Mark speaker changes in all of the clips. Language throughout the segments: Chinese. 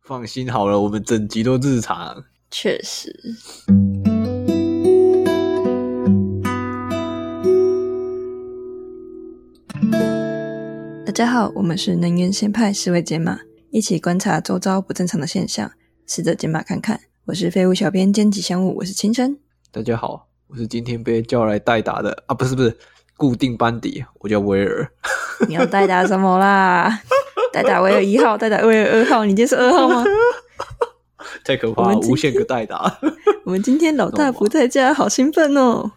Speaker 1: 放心好了，我们整集都日常。
Speaker 2: 确实，大家好，我们是能源线派思维解码，一起观察周遭不正常的现象，试着解码看看。我是废物小编兼吉祥物，我是青生。
Speaker 1: 大家好，我是今天被叫来代打的啊，不是不是，固定班底，我叫威尔。
Speaker 2: 你要代打什么啦？代打威尔一号，代打威尔二号，你今天是二号吗？
Speaker 1: 太可怕
Speaker 2: 我
Speaker 1: 了，
Speaker 2: 们今
Speaker 1: 无限个代打，
Speaker 2: 我们今天老大不在家，好兴奋哦！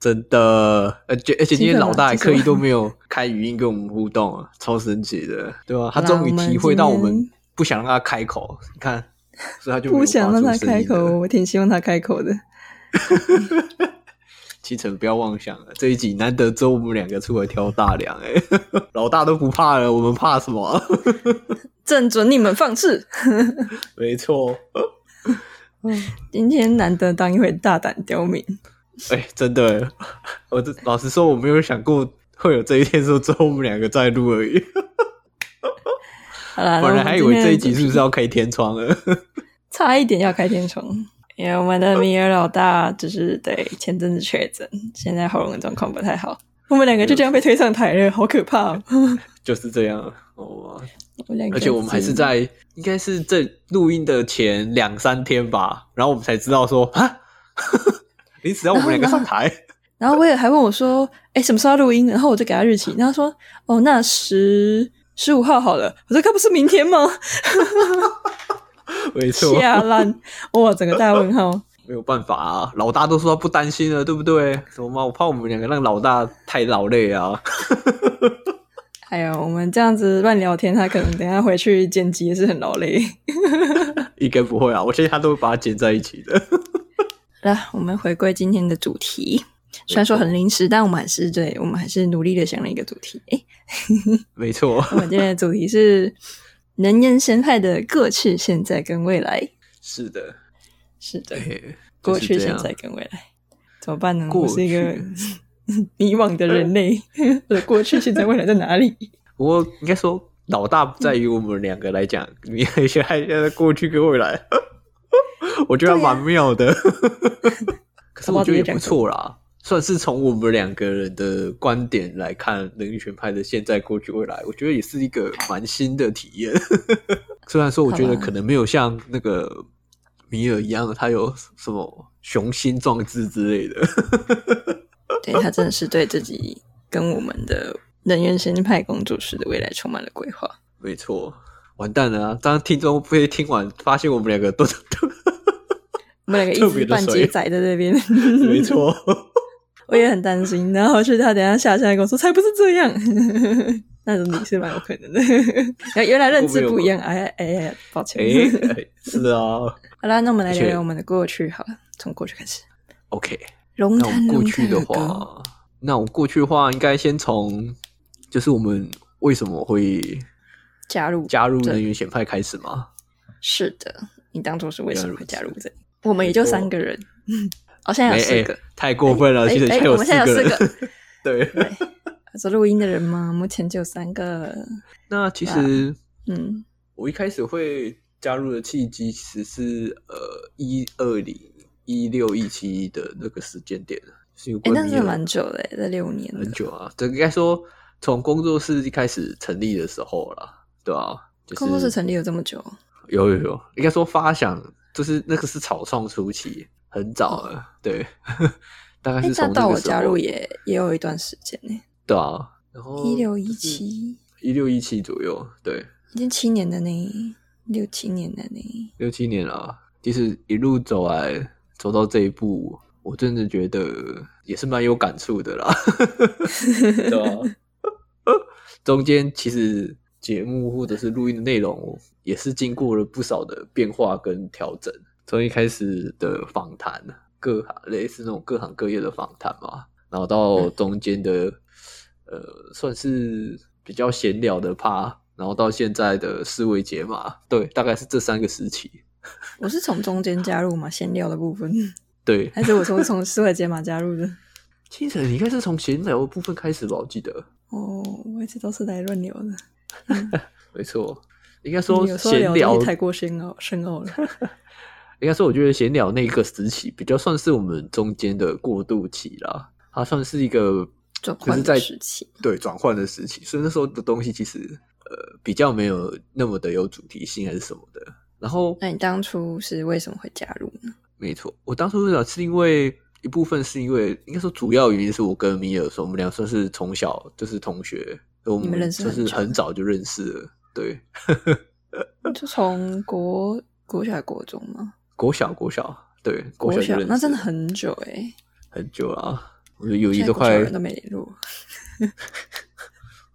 Speaker 1: 真的。而且而且今
Speaker 2: 兴
Speaker 1: 天
Speaker 2: 奋吗
Speaker 1: 老大也
Speaker 2: 其实我
Speaker 1: 刻意都没有开语音跟我们互动啊，超神奇的，对吧、他
Speaker 2: 好啦
Speaker 1: 终于体会到
Speaker 2: 我
Speaker 1: 我
Speaker 2: 们今天
Speaker 1: 们不想让他开口，你看，所以他就没有
Speaker 2: 不想让
Speaker 1: 发
Speaker 2: 他
Speaker 1: 出声
Speaker 2: 开
Speaker 1: 音了
Speaker 2: 口，我挺希望他开口的。
Speaker 1: 七成不要妄想了，这一集难得只有我们两个出来挑大梁、欸， 老大都不怕了，我们怕什么？
Speaker 2: 正准你们放肆！
Speaker 1: 没错，
Speaker 2: 今天难得当一回大胆刁民，
Speaker 1: 哎、真的 欸，我这老实说，我没有想过会有这一天，说只有我们两个在录而已，
Speaker 2: 好啦，
Speaker 1: 本
Speaker 2: 那我
Speaker 1: 来
Speaker 2: 们
Speaker 1: 还以为
Speaker 2: 今天
Speaker 1: 这一
Speaker 2: 的主
Speaker 1: 集是不是要开天窗了？
Speaker 2: 差一点要开天窗，因为我们的米尔老大就是对前阵子确诊，现在喉咙的状况不太好，我们两个就这样被推上台了，好可怕、哦！
Speaker 1: 就是这样哦，
Speaker 2: 我们两个，
Speaker 1: 而且我们还是在应该是这录音的前两三天吧，然后我们才知道说啊， 临时要我们两个上台，
Speaker 2: 然后威尔还问我说：“哎，什么时候要录音？”然后我就给他日期，然后他说：“哦，那十十五号好了。”我说：“可不是明天吗
Speaker 1: 没？”错，
Speaker 2: 下烂，哇，整个大问号。
Speaker 1: 没有办法啊，老大都说他不担心了，对不对？什么嘛，我怕我们两个让老大太劳累啊。
Speaker 2: 哎呀，我们这样子乱聊天，他可能等一下回去剪辑也是很劳累。
Speaker 1: 应该不会啊，我相信他都会把它剪在一起的。
Speaker 2: 来，我们回归今天的主题。虽然说很临时，但我们还是对，我们还是努力的想了一个主题。诶，
Speaker 1: 没错，
Speaker 2: 我们今天的主题是能言神派的过去、现在跟未来。
Speaker 1: 是的，
Speaker 2: 是的，
Speaker 1: 对，
Speaker 2: 过
Speaker 1: 就
Speaker 2: 去、
Speaker 1: 是这
Speaker 2: 现
Speaker 1: 样
Speaker 2: 在跟未来，怎么办呢？
Speaker 1: 过
Speaker 2: 我
Speaker 1: 去
Speaker 2: 是一个 迷惘的人 类，我的过去、现在、未来在哪里？
Speaker 1: 不过应该说，老大不在于我们两个来讲，你现在现在过去跟未来， 我觉得还蛮妙的。
Speaker 2: 啊
Speaker 1: 可是我觉得也不错啦，算是从我们两个人的观点来看，能源学派的现在、过去、未来，我觉得也是一个蛮新的体验。 虽然说，我觉得
Speaker 2: 好吧
Speaker 1: 可能没有像那个米尔一样，他有什么雄心壮志之类的。
Speaker 2: 对他真的是对自己跟我们的能源神派公主式的未来充满了规划。
Speaker 1: 没错，完蛋了啊！当听众被听完，发现我们两个都都
Speaker 2: 我们两个
Speaker 1: 特
Speaker 2: 一
Speaker 1: 别
Speaker 2: 知
Speaker 1: 的
Speaker 2: 半
Speaker 1: 水
Speaker 2: 解仔在这 边。
Speaker 1: 没错。
Speaker 2: 我也很担心，然后回去他等一下下下来跟我说，才不是这样， 那种你是蛮有可能的。 然后原来认知不一样，哎哎哎，抱歉。
Speaker 1: 哎、是啊
Speaker 2: 好啦，那我们来
Speaker 1: 而且
Speaker 2: 聊聊我们的过去好了，从过去开始。
Speaker 1: ，OK。
Speaker 2: 龙
Speaker 1: 那我
Speaker 2: 潭
Speaker 1: 们过
Speaker 2: 龙
Speaker 1: 去
Speaker 2: 潭
Speaker 1: 的
Speaker 2: 的歌，
Speaker 1: 话，那我过去的话，应该先从就是我们为什么会
Speaker 2: 加入
Speaker 1: 加入
Speaker 2: 对
Speaker 1: 能源显派开始吗？
Speaker 2: 是的，你当初是为什么会加
Speaker 1: 加入
Speaker 2: 入这里？我们也就三个人，哦，现在
Speaker 1: 哎
Speaker 2: 有四
Speaker 1: 哎、
Speaker 2: 个，
Speaker 1: 太过分了！
Speaker 2: 哎
Speaker 1: 其实
Speaker 2: 哎
Speaker 1: 有
Speaker 2: 我们现在有
Speaker 1: 个人，
Speaker 2: 四
Speaker 1: 对。
Speaker 2: 对，是录音的人吗？目前就有三个，
Speaker 1: 那其实
Speaker 2: 嗯，
Speaker 1: 我一开始会加入的契机，其实是呃一二零一六一七的那个时间点，是有
Speaker 2: 哎，
Speaker 1: 关
Speaker 2: 那
Speaker 1: 于
Speaker 2: 是蛮久的，在六年
Speaker 1: 很
Speaker 2: 了，
Speaker 1: 久啊，这应该说从工作室一开始成立的时候啦，对啊，就是
Speaker 2: 工作室成立有这么久，
Speaker 1: 有有有，应该说发想就是那个是草创初期，很早了，对， 大概
Speaker 2: 哎
Speaker 1: 是，
Speaker 2: 哦那
Speaker 1: 从
Speaker 2: 到
Speaker 1: 那
Speaker 2: 我
Speaker 1: 个时
Speaker 2: 加
Speaker 1: 候
Speaker 2: 入，也也有一段时间欸呢，
Speaker 1: 对啊，然后
Speaker 2: 一六一七，
Speaker 1: 一六一七左右，对，
Speaker 2: 已经七年了呢，六七年了呢。
Speaker 1: 六七年了，其实一路走来走到这一步，我真的觉得也是蛮有感触的啦， 对啊， 中间其实节目或者是录音的内容也是经过了不少的变化跟调整，从一开始的访谈，各行类似那种各行各业的访谈嘛，然后到中间的、呃算是比较闲聊的趴，然后到现在的思维解码，对，大概是这三个时期。
Speaker 2: 我是从中间加入 嘛，闲聊的部分，
Speaker 1: 对，
Speaker 2: 还是我从从思维解码加入 的？
Speaker 1: 哎清晨你应该是从闲聊的部分开始吧，我记得。
Speaker 2: 哦，我一直都是来乱聊的。
Speaker 1: 没错。应该说
Speaker 2: 你有时候
Speaker 1: 闲
Speaker 2: 聊
Speaker 1: 聊
Speaker 2: 得太过深奥深奥了。
Speaker 1: 应该说，我觉得闲聊那个时期比较算是我们中间的过渡期啦，它算是一个
Speaker 2: 转
Speaker 1: 就
Speaker 2: 换
Speaker 1: 是在
Speaker 2: 的时期，
Speaker 1: 对转换的时期，所以那时候的东西其实呃比较没有那么的有主题性还是什么的。然后
Speaker 2: 那你当初是为什么会加入呢？
Speaker 1: 没错，我当初想是因为一部分是因为应该说主要原因是我跟米尔说，我们俩算是从小就是同学，我
Speaker 2: 你们认识
Speaker 1: 就
Speaker 2: 很
Speaker 1: 是
Speaker 2: 久
Speaker 1: 很早就认识了，对，
Speaker 2: 就从国国小还是国中吗？
Speaker 1: 国小国小对国
Speaker 2: 国
Speaker 1: 就认识了，
Speaker 2: 那真的很久哎、
Speaker 1: 很久了啊。我的友谊
Speaker 2: 现在
Speaker 1: 都
Speaker 2: 国小
Speaker 1: 快
Speaker 2: 人都没联络，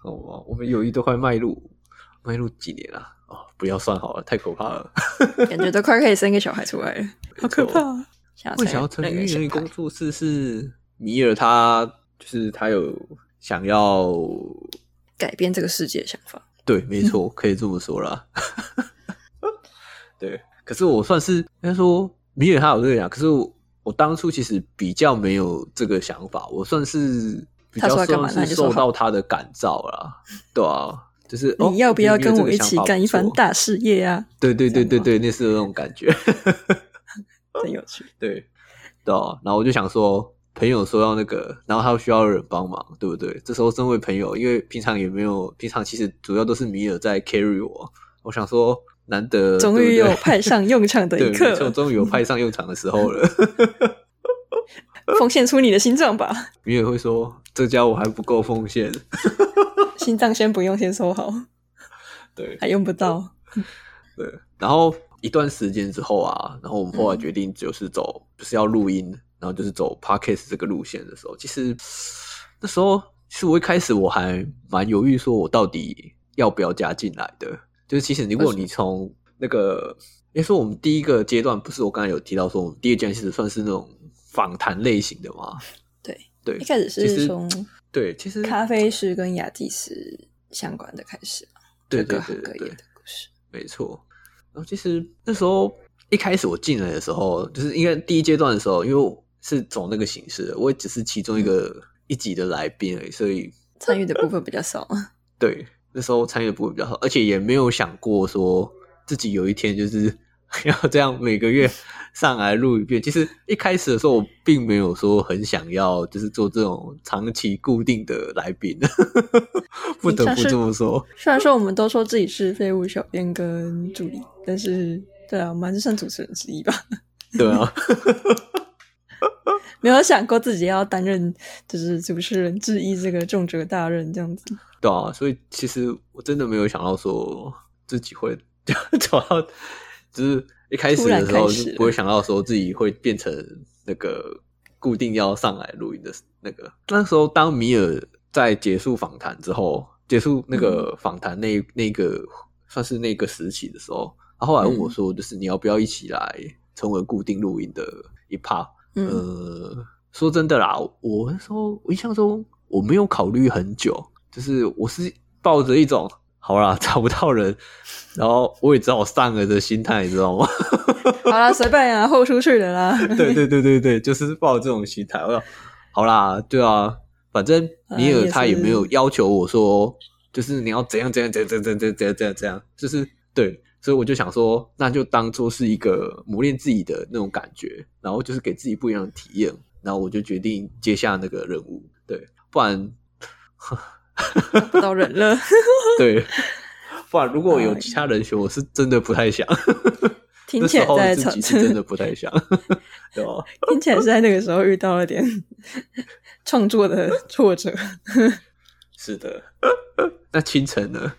Speaker 1: 哦，我们友谊都快迈入迈入几年了、哦，不要算好了，太可怕了。
Speaker 2: 感觉都快可以生一个小孩出来了， 好可怕、啊！想
Speaker 1: 会想要
Speaker 2: 要
Speaker 1: 成
Speaker 2: 成
Speaker 1: 立
Speaker 2: 人
Speaker 1: 人
Speaker 2: 形
Speaker 1: 类
Speaker 2: 态
Speaker 1: 工作室是米尔他就是他有想要
Speaker 2: 改变这个世界的想法，
Speaker 1: 对，没错，可以这么说啦。 对，可是我算是应该说米尔他有这个想，可是我我当初其实比较没有这个想法，我算是比
Speaker 2: 他
Speaker 1: 较
Speaker 2: 说要干嘛那
Speaker 1: 算
Speaker 2: 你
Speaker 1: 是
Speaker 2: 就
Speaker 1: 受
Speaker 2: 说好
Speaker 1: 到他的感召啦，对啊。就是、哦
Speaker 2: 你要不要
Speaker 1: 米尔
Speaker 2: 跟
Speaker 1: 这
Speaker 2: 我
Speaker 1: 个
Speaker 2: 一
Speaker 1: 想
Speaker 2: 起
Speaker 1: 法
Speaker 2: 干
Speaker 1: 不
Speaker 2: 一番
Speaker 1: 错
Speaker 2: 大事业 啊？
Speaker 1: 对对对
Speaker 2: 这
Speaker 1: 对
Speaker 2: 样吗
Speaker 1: 对，那是那种感觉。
Speaker 2: 真有趣，
Speaker 1: 对，对、啊，然后我就想说，朋友说要那个，然后他需要有人帮忙，对不对？这时候身为朋友，因为平常也没有，平常其实主要都是米尔在 carry 我。我想说，难得
Speaker 2: 终于
Speaker 1: 呃 对不对
Speaker 2: 有派上用场的
Speaker 1: 对，
Speaker 2: 一
Speaker 1: 没
Speaker 2: 刻
Speaker 1: 错，
Speaker 2: 了，
Speaker 1: 终于有派上用场的时候了。
Speaker 2: 奉献出你的心脏吧，
Speaker 1: 米尔会说，这家我还不够奉献。
Speaker 2: 心脏先不用，先收好，
Speaker 1: 对
Speaker 2: 还用不到。
Speaker 1: 对，然后一段时间之后啊，然后我们后来决定就是走，就是要录音，然后就是走 podcast 这个路线的时候，其实那时候其实我一开始我还蛮犹豫，说我到底要不要加进来的。就是其实如果你从那个，因为说我们第一个阶段不是我刚才有提到说，我们第一个阶段其实算是那种访谈类型的嘛。
Speaker 2: 对
Speaker 1: 对
Speaker 2: 一开始
Speaker 1: 其
Speaker 2: 是
Speaker 1: 实
Speaker 2: 从
Speaker 1: 对，其实
Speaker 2: 咖啡师跟雅蒂斯相关的开始嘛，
Speaker 1: 对
Speaker 2: 各
Speaker 1: 对对
Speaker 2: 行各
Speaker 1: 对
Speaker 2: 业
Speaker 1: 对
Speaker 2: 的，故事。
Speaker 1: 没错。然后其实那时候一开始我进来的时候，就是应该第一阶段的时候，因为我是走那个形式的，我也只是其中一个、一级的来宾而已，所以
Speaker 2: 参与的部分比较少，
Speaker 1: 对那时候参与的部分比较少，而且也没有想过说自己有一天就是 要这样每个月上来录一遍。其实一开始的时候，我并没有说很想要就是做这种长期固定的来宾， 不得不这么说。
Speaker 2: 虽然说我们都说自己是废物小编跟助理，但是对啊，我们还是算主持人之一吧。
Speaker 1: 对啊，
Speaker 2: 没有想过自己要担任就是主持人之一这个重责大任这样子。
Speaker 1: 对啊，所以其实我真的没有想到说自己会 走到，就是一开始的时
Speaker 2: 突然
Speaker 1: 候
Speaker 2: 开始
Speaker 1: 就不会想到说自己会变成那个固定要上来录音的那个。那时候当米尔在结束访谈之后，结束那
Speaker 2: 嗯
Speaker 1: 个访谈那、那个算是那个时期的时候，他后来
Speaker 2: 嗯
Speaker 1: 问我说，就是你要不要一起来成为固定录音的一 part？
Speaker 2: 嗯，
Speaker 1: 呃，说真的啦，我那时候我印象中我没有考虑很久，就是我是抱着一种好啦找不到人，然后我也只好上了的心态，你知道吗？
Speaker 2: 好啦，随便啊，豁出去了啦。
Speaker 1: 对对对对对，就是抱着这种心态。我想好啦，对啊，反正米尔他也没有要求我说，就是你要怎样怎样怎样怎样怎样怎样怎样怎样，就是对，所以我就想说，那就当做是一个磨练自己的那种感觉，然后就是给自己不一样的体验，然后我就决定接下那个任务，对，不 然
Speaker 2: 不到人了，
Speaker 1: 对，不然如果有
Speaker 2: 哎
Speaker 1: 其他人选，我是真的不太想。
Speaker 2: 听
Speaker 1: 那
Speaker 2: 起
Speaker 1: 时
Speaker 2: 来
Speaker 1: 候
Speaker 2: 在
Speaker 1: 自
Speaker 2: 场，
Speaker 1: 己是真
Speaker 2: 听
Speaker 1: 的不 太想，对哦吧？
Speaker 2: 起来是在那个时候遇到了点创作的挫折。
Speaker 1: 是的， 那清晨呢？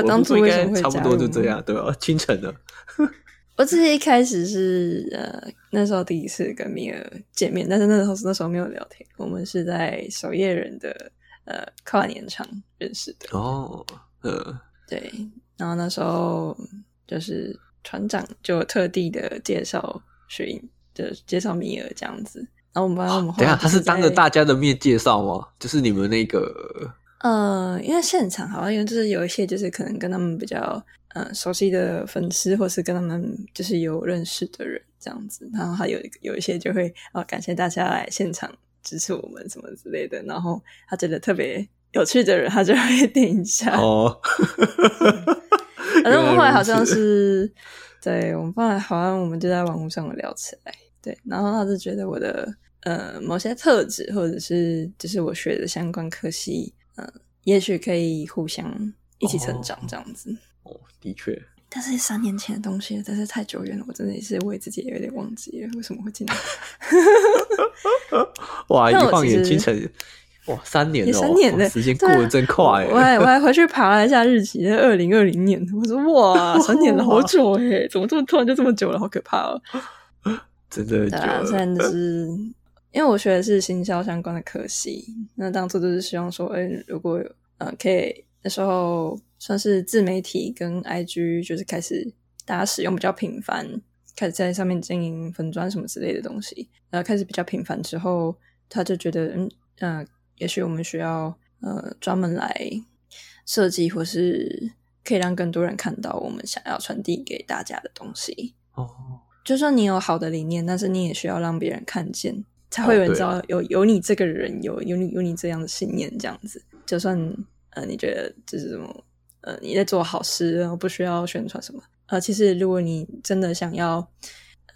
Speaker 1: 我
Speaker 2: 当初
Speaker 1: 不应
Speaker 2: 为
Speaker 1: 该
Speaker 2: 什么会
Speaker 1: 差不
Speaker 2: 加
Speaker 1: 多
Speaker 2: 入
Speaker 1: 就这样，对吧、清晨了，
Speaker 2: 我只是一开始是呃那时候第一次跟米尔见面，但是那时候那时候没有聊天，我们是在守夜人的呃跨年场认识的。
Speaker 1: 哦，呃，
Speaker 2: 对，然后那时候就是船长就特地的介绍雪影，就是介绍米尔这样子。然后我们班我们后
Speaker 1: 等一下，
Speaker 2: 来就
Speaker 1: 他是
Speaker 2: 在
Speaker 1: 当着大家的面介绍吗？就是你们那 个，
Speaker 2: 呃，因为现场好像有就是有一些就是可能跟他们比较呃熟悉的粉丝，或是跟他们就是有认识的人这样子，然后还有有一些就会哦感谢大家来现场支持我们什么之类的，然后他觉得特别有趣的人，他就会点一下。
Speaker 1: 哦，
Speaker 2: 反正我们后来好像
Speaker 1: 原来如此
Speaker 2: 是，对我们后来好像我们就在网络上聊起来，对，然后他就觉得我的呃某些特质，或者是就是我学的相关科系，嗯、也许可以互相一起成长
Speaker 1: 哦
Speaker 2: 这样子。
Speaker 1: 哦，的确，
Speaker 2: 但是三年前的东西，但是太久远了，我真的也是我也自己也有点忘记了为什么会进来，
Speaker 1: 哇，一
Speaker 2: 那我
Speaker 1: 晃眼
Speaker 2: 其
Speaker 1: 清
Speaker 2: 实
Speaker 1: 晨，哇，三年
Speaker 2: 也
Speaker 1: 了哦，
Speaker 2: 三年
Speaker 1: 哇
Speaker 2: 了，
Speaker 1: 时间过
Speaker 2: 对啊
Speaker 1: 得真快
Speaker 2: 我我
Speaker 1: 欸，
Speaker 2: 还我还回去爬了一下日期，二零二零年，我说哇，三年了，好久哎、怎么这么突然就这么久了，好可怕哦。
Speaker 1: 真的很久
Speaker 2: 对啊，
Speaker 1: 了
Speaker 2: 虽然就是因为我学的是行销相关的科系，那当初就是希望说，哎、如果有呃可以那时候算是自媒体跟 IG 就是开始大家使用比较频繁，开始在上面经营粉砖什么之类的东西，然后开始比较频繁之后，他就觉得嗯呃，也许我们需要呃专门来设计或是。可以让更多人看到我们想要传递给大家的东西，
Speaker 1: 哦，
Speaker 2: 就算你有好的理念，但是你也需要让别人看见，才会有人
Speaker 1: 对
Speaker 2: 知道有、有你这个人，有有你有你这样的信念，这样子。就算呃，你觉得就是什么呃，你在做好事，然后不需要宣传什么，呃，其实如果你真的想要，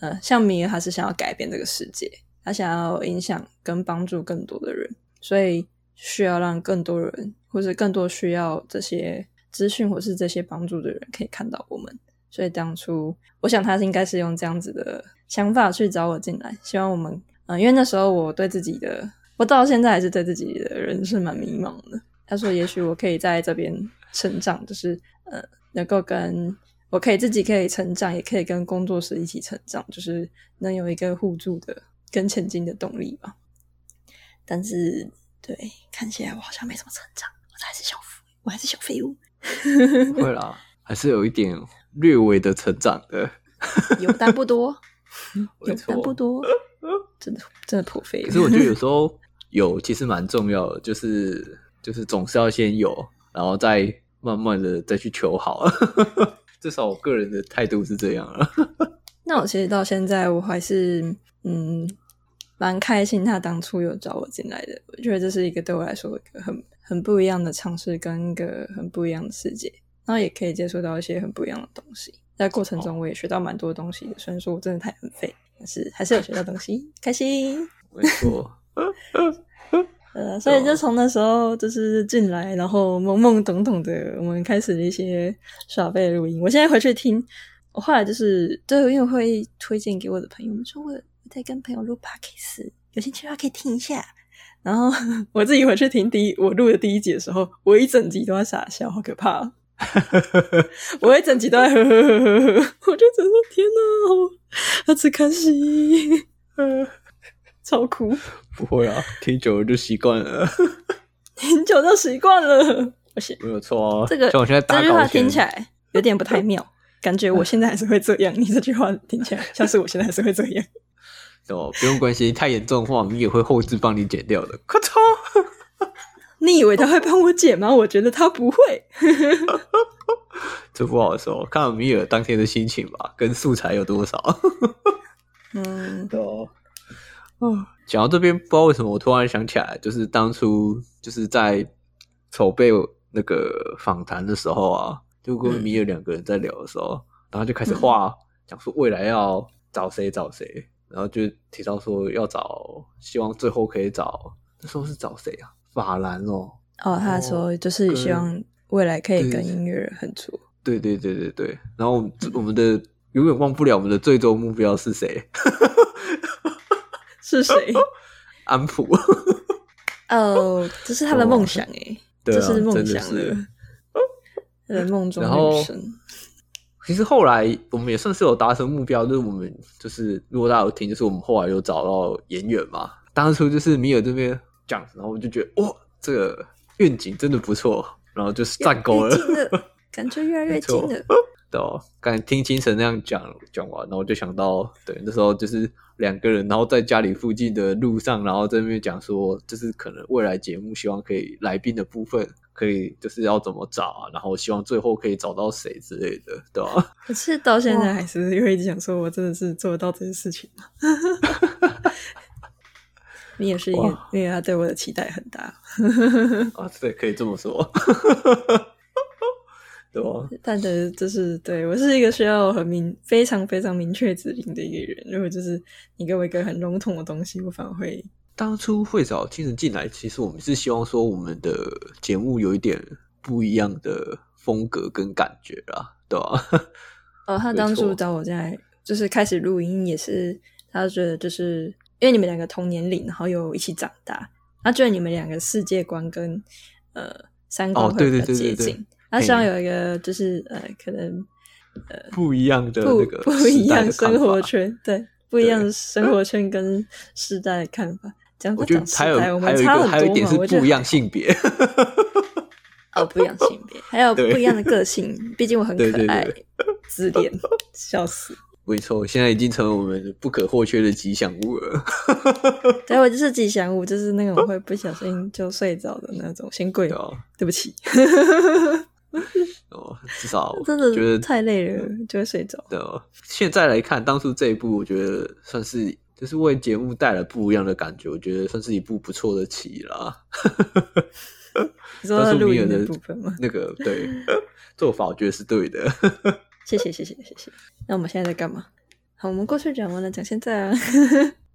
Speaker 2: 呃，像米尔，他是想要改变这个世界，他想要影响跟帮助更多的人，所以需要让更多人，或是更多需要这些资讯或是这些帮助的人可以看到我们。所以当初我想他是应该是用这样子的想法去找我进来，希望我们，嗯、因为那时候我对自己的，我到现在还是对自己的人生蛮迷茫的。他说，也许我可以在这边成长，就是呃，能够跟我可以自己可以成长，也可以跟工作室一起成长，就是能有一个互助的跟前进的动力吧。但是，对，看起来我好像没什么成长，我还是小，我还是小废物。
Speaker 1: 不会啦，还是有一点略微的成长的，
Speaker 2: 有但不多，
Speaker 1: 没
Speaker 2: 嗯有但不
Speaker 1: 错
Speaker 2: 多，真的真的颇废
Speaker 1: 可。是我觉得 有时候有其实蛮重要的，就是就是总是要先有，然后再慢慢的再去求好。 至少我个人的态度是这样啊了。
Speaker 2: 那我其实到现在我还是嗯蛮开心，他当初有找我进来的，我觉得这是一个对我来说一个很很不一样的尝试，跟一个很不一样的世界，然后也可以接触到一些很不一样的东西。在过程
Speaker 1: 哦
Speaker 2: 中我也学到蛮多东西的，虽然说我真的太很废，但是还是有学到东西，开心。
Speaker 1: 没错，
Speaker 2: 呃，所以
Speaker 1: 对啊
Speaker 2: 就从那时候就是进来，然后懵懵懂懂的，我们开始了一些耍废的录音。我现在回去听，我后来就是对，因为我会推荐给我的朋友们说，我我在跟朋友录 podcast，有兴趣的话可以听一下。然后我自己回去听第一我录的第一集的时候，我一整集都在傻笑，好可怕、哦！我一整集都在呵呵呵呵呵，我就觉得天哪，好只可惜，呃， 超酷。
Speaker 1: 不会啊，听久了就习惯了，
Speaker 2: 很久就习惯了。不行，
Speaker 1: 没有错啊。
Speaker 2: 这个
Speaker 1: 像我现在打
Speaker 2: 这句
Speaker 1: 稿
Speaker 2: 话
Speaker 1: 前
Speaker 2: 听起来有点不太 妙，感觉我现在还是会这样。你这句话听起来像是我现在还是会这样。
Speaker 1: 哦，不用关心，太严重的话，我们也会后置帮你剪掉的。 咔嚓，
Speaker 2: 你以为他会帮我解吗？我觉得他不会。
Speaker 1: 这不好说，看米尔当天的心情吧，跟素材有多少。
Speaker 2: 嗯，
Speaker 1: 哦，啊，讲到这边，不知道为什么我突然想起来，就是当初就是在筹备那个访谈的时候啊，就跟
Speaker 2: 嗯
Speaker 1: 米尔两个人在聊的时候，然后就开始画，讲说未来要找谁找谁，然后就提到说要找，希望最后可以找，那时候是找谁啊？法兰哦，
Speaker 2: 哦，他说就是希望未来可以
Speaker 1: 对
Speaker 2: 跟音乐人合作。
Speaker 1: 对对对对对，然后我们我们的永远忘不了我们的最终目标是谁，
Speaker 2: 是 谁？
Speaker 1: 安普，
Speaker 2: 哦，这是他的梦想哎，
Speaker 1: 对
Speaker 2: 这
Speaker 1: 啊，
Speaker 2: 是梦
Speaker 1: 真的
Speaker 2: 想
Speaker 1: 是
Speaker 2: 了。他的梦中
Speaker 1: 然后
Speaker 2: 女神，
Speaker 1: 其实后来我们也算是有达成目标，就是我们就是如果大家有听，就是我们后来有找到演员嘛。当初就是米尔这边讲，然后我们就觉得哇，这个愿景真的不错，然后就是站够
Speaker 2: 越
Speaker 1: 了
Speaker 2: 来越，近了，感觉越来越近
Speaker 1: 没
Speaker 2: 了。
Speaker 1: 对哦。刚才听清晨那样讲讲完，然后我就想到，对，那时候就是两个人，然后在家里附近的路上，然后在那边讲说，就是可能未来节目希望可以来宾的部分。可以就是要怎么找啊，然后希望最后可以找到谁之类的，对吧、
Speaker 2: 可是到现
Speaker 1: 哇
Speaker 2: 在还是又一直想说，我真的是做得到这件事情吗？ 你也是一个
Speaker 1: 哇，
Speaker 2: 因为他对我的期待很大。
Speaker 1: 啊，对，可以这么说。对对吧？
Speaker 2: 但的就是对我是一个需要很明非常非常明确指令的一个人。如果就是你给我一个很笼统的东西，我反而会
Speaker 1: 当初会找亲人进来，其实我们是希望说我们的节目有一点不一样的风格跟感觉啦，对啊吧？
Speaker 2: 哦，他
Speaker 1: 没
Speaker 2: 当初
Speaker 1: 错
Speaker 2: 找我进来就是开始录音，也是他觉得就是因为你们两个同年龄，然后有一起长大，他觉得你们两个世界观跟呃三观
Speaker 1: 哦
Speaker 2: 会比
Speaker 1: 对
Speaker 2: 较
Speaker 1: 对对
Speaker 2: 接
Speaker 1: 对对
Speaker 2: 近。他希望
Speaker 1: 嘿
Speaker 2: 有一个就是呃可能
Speaker 1: 不一样的
Speaker 2: 不
Speaker 1: 那个
Speaker 2: 不一
Speaker 1: 时代
Speaker 2: 样
Speaker 1: 的看
Speaker 2: 生活
Speaker 1: 法
Speaker 2: 圈， 对不一
Speaker 1: 对
Speaker 2: 样的生 活圈跟世代的看法。讲到
Speaker 1: 我觉
Speaker 2: 讲
Speaker 1: 得
Speaker 2: 世
Speaker 1: 还有
Speaker 2: 代，我
Speaker 1: 还
Speaker 2: 们
Speaker 1: 有一
Speaker 2: 差
Speaker 1: 个
Speaker 2: 很
Speaker 1: 还有一
Speaker 2: 多
Speaker 1: 点
Speaker 2: 嘛，
Speaker 1: 是
Speaker 2: 我觉
Speaker 1: 不
Speaker 2: 得
Speaker 1: 一样性别，
Speaker 2: 哦，不一样性别，还有
Speaker 1: 对
Speaker 2: 不一样的个性。毕竟我很可
Speaker 1: 对对对
Speaker 2: 爱，自恋，笑死。
Speaker 1: 没错，现在已经成为我们不可或缺的吉祥物了。
Speaker 2: 对，我就是吉祥物，就是那种会不小心就睡着的那种。先跪
Speaker 1: 对，啊，
Speaker 2: 对不起，
Speaker 1: 哦，至少
Speaker 2: 真的
Speaker 1: 觉得
Speaker 2: 太累了，就会睡着。
Speaker 1: 对啊现在来看，当初这一部我觉得算是就是为节目带来不一样的感觉，我觉得算是一部不错的棋啦。
Speaker 2: 你说
Speaker 1: 当初
Speaker 2: 录
Speaker 1: 米尔
Speaker 2: 音的
Speaker 1: 的
Speaker 2: 部分吗？
Speaker 1: 那个 对做法，我觉得是对的。
Speaker 2: 谢谢，谢谢，谢谢。那我们现在在干嘛？好，我们过去讲完了，讲现在啊。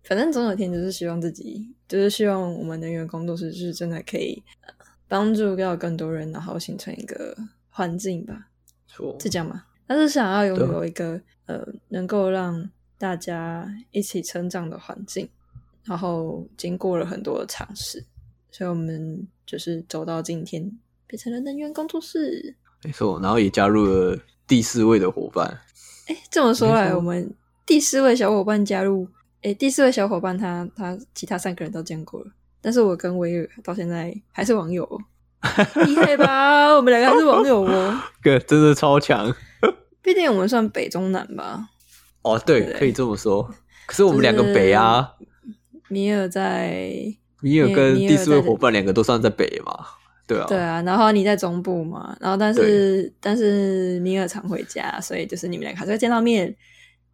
Speaker 2: 反正总有一天就是希望自己，就是希望我们的员工都是就是真的可以呃帮助到更多人，然后形成一个环境吧。
Speaker 1: 错，
Speaker 2: 是这样吗？他是想要拥
Speaker 1: 对啊
Speaker 2: 有一个呃，能够让大家一起成长的环境，然后经过了很多的尝试，所以我们就是走到今天，变成了能源工作室。
Speaker 1: 没错，然后也加入了第四位的伙伴，
Speaker 2: 哎，这么说
Speaker 1: 没
Speaker 2: 来，
Speaker 1: 错
Speaker 2: 我们第四位小伙伴加入，哎，第四位小伙伴他他其他三个人都见过了，但是我跟威尔到现在还是网友 哦、厉害吧？我们两个还是网友哦，
Speaker 1: 个真的超强
Speaker 2: 毕竟我们算北中南吧。
Speaker 1: 哦。对，
Speaker 2: 对
Speaker 1: 可以这么说。可是我们两个北啊，
Speaker 2: 米尔在
Speaker 1: 米尔
Speaker 2: 米
Speaker 1: 跟
Speaker 2: 米
Speaker 1: 第
Speaker 2: 尔
Speaker 1: 四位
Speaker 2: 在
Speaker 1: 伙伴两个都算在北嘛，对啊，
Speaker 2: 对啊，然后你在中部嘛，然后但是但是米尔常回家，所以就是你们两个还是会见到面。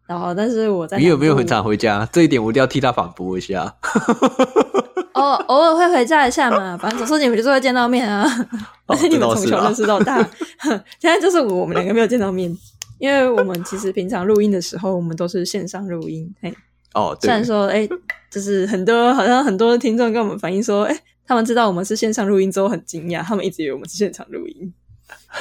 Speaker 2: 然后，但是我在
Speaker 1: 米尔
Speaker 2: 南
Speaker 1: 没有
Speaker 2: 部
Speaker 1: 很常回家，这一点我一定要替他反驳一下。
Speaker 2: 哦，偶尔会回家一下嘛，反正总是你们就是会见到面啊。
Speaker 1: 哦
Speaker 2: 而 且你
Speaker 1: 这
Speaker 2: 们
Speaker 1: 倒
Speaker 2: 从
Speaker 1: 是
Speaker 2: 小
Speaker 1: 啊
Speaker 2: 认识到大， 哼现在就是我我们两个没有见到面，因为我们其实平常录音的时候，我们都是线上录音。哎，
Speaker 1: 哦，
Speaker 2: 虽然
Speaker 1: 对，
Speaker 2: 说哎，就是很多好像很多听众跟我们反映说，哎，他们知道我们是线上录音之后很惊讶，他们一直以为我们是现场录 音。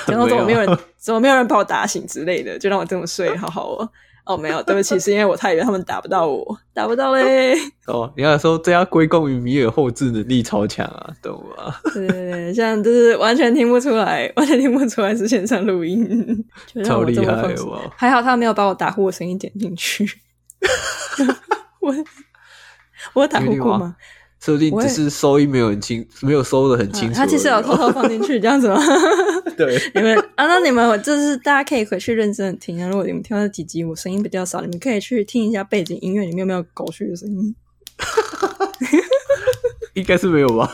Speaker 2: 然后怎么没有人，怎么没有人把我打醒之类的，就让我这么睡，好好哦。哦，没有，对不起，是因为我太远，他们打不到我，打不到嘞。
Speaker 1: 哦，你要说这要归功于米尔后置能力超强啊，懂吗？
Speaker 2: 对对对，现在就是完全听不出来， 完全听不出来是线上录音，就让
Speaker 1: 超
Speaker 2: 我
Speaker 1: 厉
Speaker 2: 这么
Speaker 1: 害
Speaker 2: 放松
Speaker 1: 哇
Speaker 2: 还好他没有把我打呼的声音剪进去。 我我有打呼
Speaker 1: 有
Speaker 2: 过
Speaker 1: 吗
Speaker 2: 吗？
Speaker 1: 说不定
Speaker 2: 我也
Speaker 1: 只是收音没有很清，没有收的很清楚而已哦、
Speaker 2: 嗯啊他其实有偷偷放进去，这样子吗？
Speaker 1: 对，
Speaker 2: 你们啊，那你们就是大家可以回去认真的听啊。如果你们听到几集我声音比较少，你们可以去听一下背景音乐里面有没有狗血的声音。
Speaker 1: 应该是没有吧？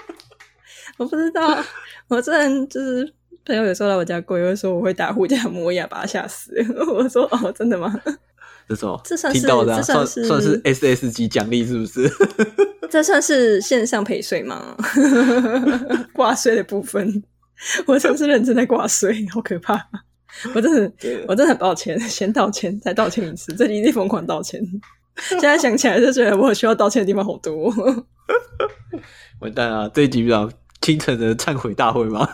Speaker 2: 我不知道，我之前就是朋友有时候来我家过夜，会说我会打呼加磨牙，把他吓死。 我说哦，真的吗？
Speaker 1: 这种
Speaker 2: 这算是
Speaker 1: 听到的、啊，
Speaker 2: 这算
Speaker 1: 算
Speaker 2: 是
Speaker 1: 是 S S 级奖励是不是？
Speaker 2: 这算是线上陪睡吗？ 挂睡的部分，我真是认真在挂睡，好可怕。我真的
Speaker 1: 对，
Speaker 2: 我真的很抱歉，先道歉，再道歉一次，这里一定疯狂道歉。现在想起来就觉得我需要道歉的地方好多。
Speaker 1: 完蛋啊！这一集比较清晨的忏悔大会 吗？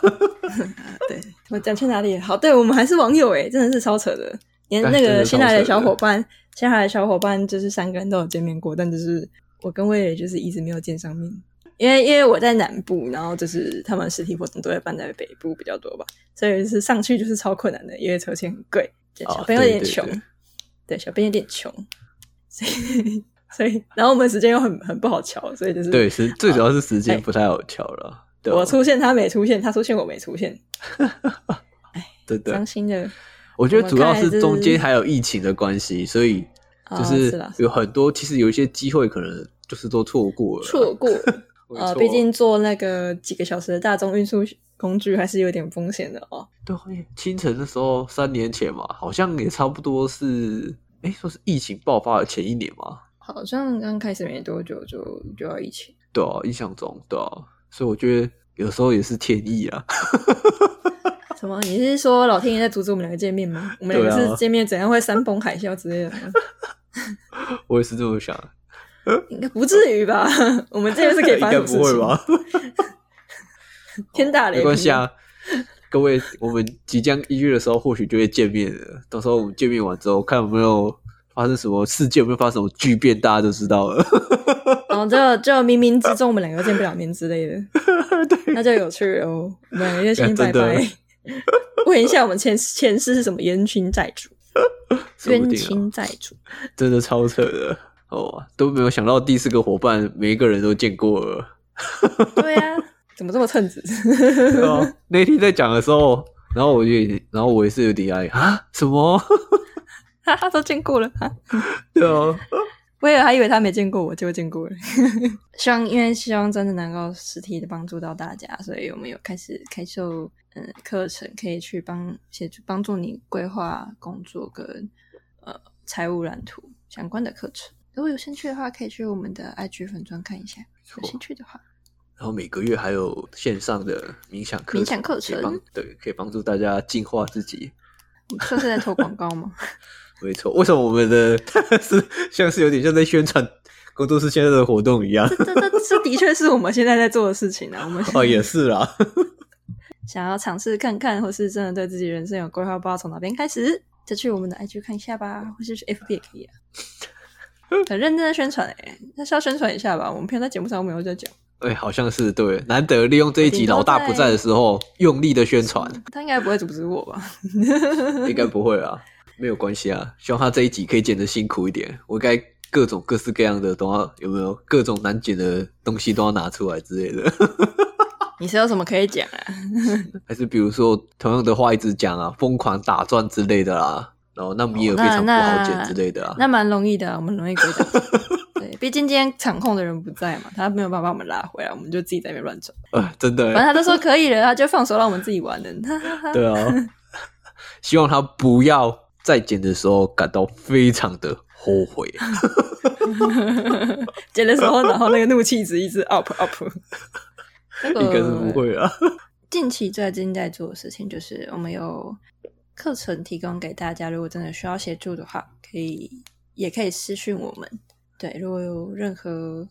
Speaker 2: 对，我讲去哪里？好，对我们还是网友欸诶，真的是超扯的。连那
Speaker 1: 哎真
Speaker 2: 个
Speaker 1: 的超
Speaker 2: 新来的
Speaker 1: 扯的
Speaker 2: 小伙伴，新来的小伙伴就是三个人都有见面过，但就是我跟魏磊就是一直没有见上面，因为因为我在南部，然后就是他们实体活动都会办在北部比较多吧，所以是上去就是超困难的，因为车钱很贵，
Speaker 1: 哦
Speaker 2: 小朋友有点
Speaker 1: 对对
Speaker 2: 穷，
Speaker 1: 对
Speaker 2: 对，小朋友有点穷， 所以所以然后我们时间又很很不好瞧，所以就是
Speaker 1: 对，是最主要是时
Speaker 2: 哎
Speaker 1: 间不太好巧了。对吧
Speaker 2: 我出现他没出现，他出现我没出现，
Speaker 1: 真的
Speaker 2: 伤，心的。
Speaker 1: 我觉得主要
Speaker 2: 我们看来是
Speaker 1: 是中间还有疫情的关系，所以
Speaker 2: 啊
Speaker 1: 就是是
Speaker 2: 啦
Speaker 1: 有很多其实有一些机会可能就是都错过了啦。
Speaker 2: 错过。
Speaker 1: 没
Speaker 2: 呃，
Speaker 1: 啊错
Speaker 2: 毕竟坐那个几个小时的大众运输工具还是有点风险的哦。
Speaker 1: 对，清晨的时候，三年前嘛，好像也差不多是，哎，说是疫情爆发的前一年嘛，
Speaker 2: 好像刚开始没多久就就要疫情，
Speaker 1: 对啊，印象中，对啊，所以我觉得有时候也是天意啊，
Speaker 2: 什么？你是说老天爷在阻止我们两个见面吗？我们两
Speaker 1: 对啊
Speaker 2: 个是见面怎样会山崩海啸之类的吗？
Speaker 1: 我也是这么想，
Speaker 2: 应该不至于吧？ 我们这边是可 以
Speaker 1: 应
Speaker 2: 发
Speaker 1: 该
Speaker 2: 生什
Speaker 1: 不
Speaker 2: 么
Speaker 1: 会
Speaker 2: 事情？
Speaker 1: 吧？
Speaker 2: 天大
Speaker 1: 没
Speaker 2: 雷劈！
Speaker 1: 关系啊，各位，我们即将一月的时候或许就会见面了。到时候我们见面完之后，看有没有发生什么事件，有没有发生什么巨变，大家就知道了。
Speaker 2: 然后就就冥冥之中我们两个见不了面之类 的，那就有趣了哦。我们两个就先
Speaker 1: 真
Speaker 2: 拜
Speaker 1: 的
Speaker 2: 拜。 问一下我们前前世是什么冤亲债主？
Speaker 1: 说不
Speaker 2: 冤
Speaker 1: 定啊
Speaker 2: 亲债主，
Speaker 1: 真的超扯的哦，都没有想到第四个伙伴每一个人都见过了。
Speaker 2: 对啊， 怎么这么称职？
Speaker 1: 对啊那天在讲的时候，然后我就，然后我也是有点哎啊什么？
Speaker 2: 哈哈，都见过了啊！
Speaker 1: 对啊，
Speaker 2: 我也还以为他没见过我，结果见过了。 希望因为希望真的能够实体的帮助到大家，所以我们有开始开设嗯课程，可以去帮协助帮助你规划工作跟呃财务蓝图相关的课程。如果有兴趣的话，可以去我们的 IG 粉专看一下。有兴趣的话，
Speaker 1: 然后每个月还有线上的冥想课程，
Speaker 2: 冥想课程
Speaker 1: 可以帮对，可以帮助大家净化自己。
Speaker 2: 我们算是在投广告吗？
Speaker 1: 没错，为什么我们的 是像是有点像在宣传工作室现在的活动一样？
Speaker 2: 这这这这的确是我们现在在做的事情啊。我们
Speaker 1: 哦，也是啦，
Speaker 2: 想要尝试看看，或是真的对自己人生有规划，不知道从哪边开始，就去我们的 IG 看一下吧，或是去 FB 也可以啊。很认真的宣传哎、那是要宣传一下吧。我们平常在节目上没有在讲，
Speaker 1: 哎，好像是对，难得利用这一集
Speaker 2: 顶多
Speaker 1: 老大不在的时候用力的宣传，
Speaker 2: 他应该不会阻止我吧？
Speaker 1: 应该不会啊，没有关系啊，希望他这一集可以剪得辛苦一点，我该各种各式各样的都要有没有各种难剪的东西都要拿出来之类 的，
Speaker 2: 你是有什么可以讲啊？
Speaker 1: 还是比如说同样的话一直讲啊，疯狂打转之类的啦，然后那米
Speaker 2: 哦
Speaker 1: 尔非常不好剪之类的啊，
Speaker 2: 那蛮容易的啊、我们容易归档。对，毕竟今天场控的人不在嘛，他没有办法把我们拉回来，我们就自己在那边乱转。
Speaker 1: 呃，真的欸、
Speaker 2: 反正他都说可以了，他就放手让我们自己玩了。 哈哈哈。
Speaker 1: 对啊， 希望他不要再剪的时候感到非常的后悔。
Speaker 2: 剪的时候，然后那个怒气值一直 up up。那个
Speaker 1: 应该是不会啊，
Speaker 2: 近期最近在做的事情就是，我们有课程提供给大家，如果真的需要协助的话，可以也可以私讯我们。对，如果有任何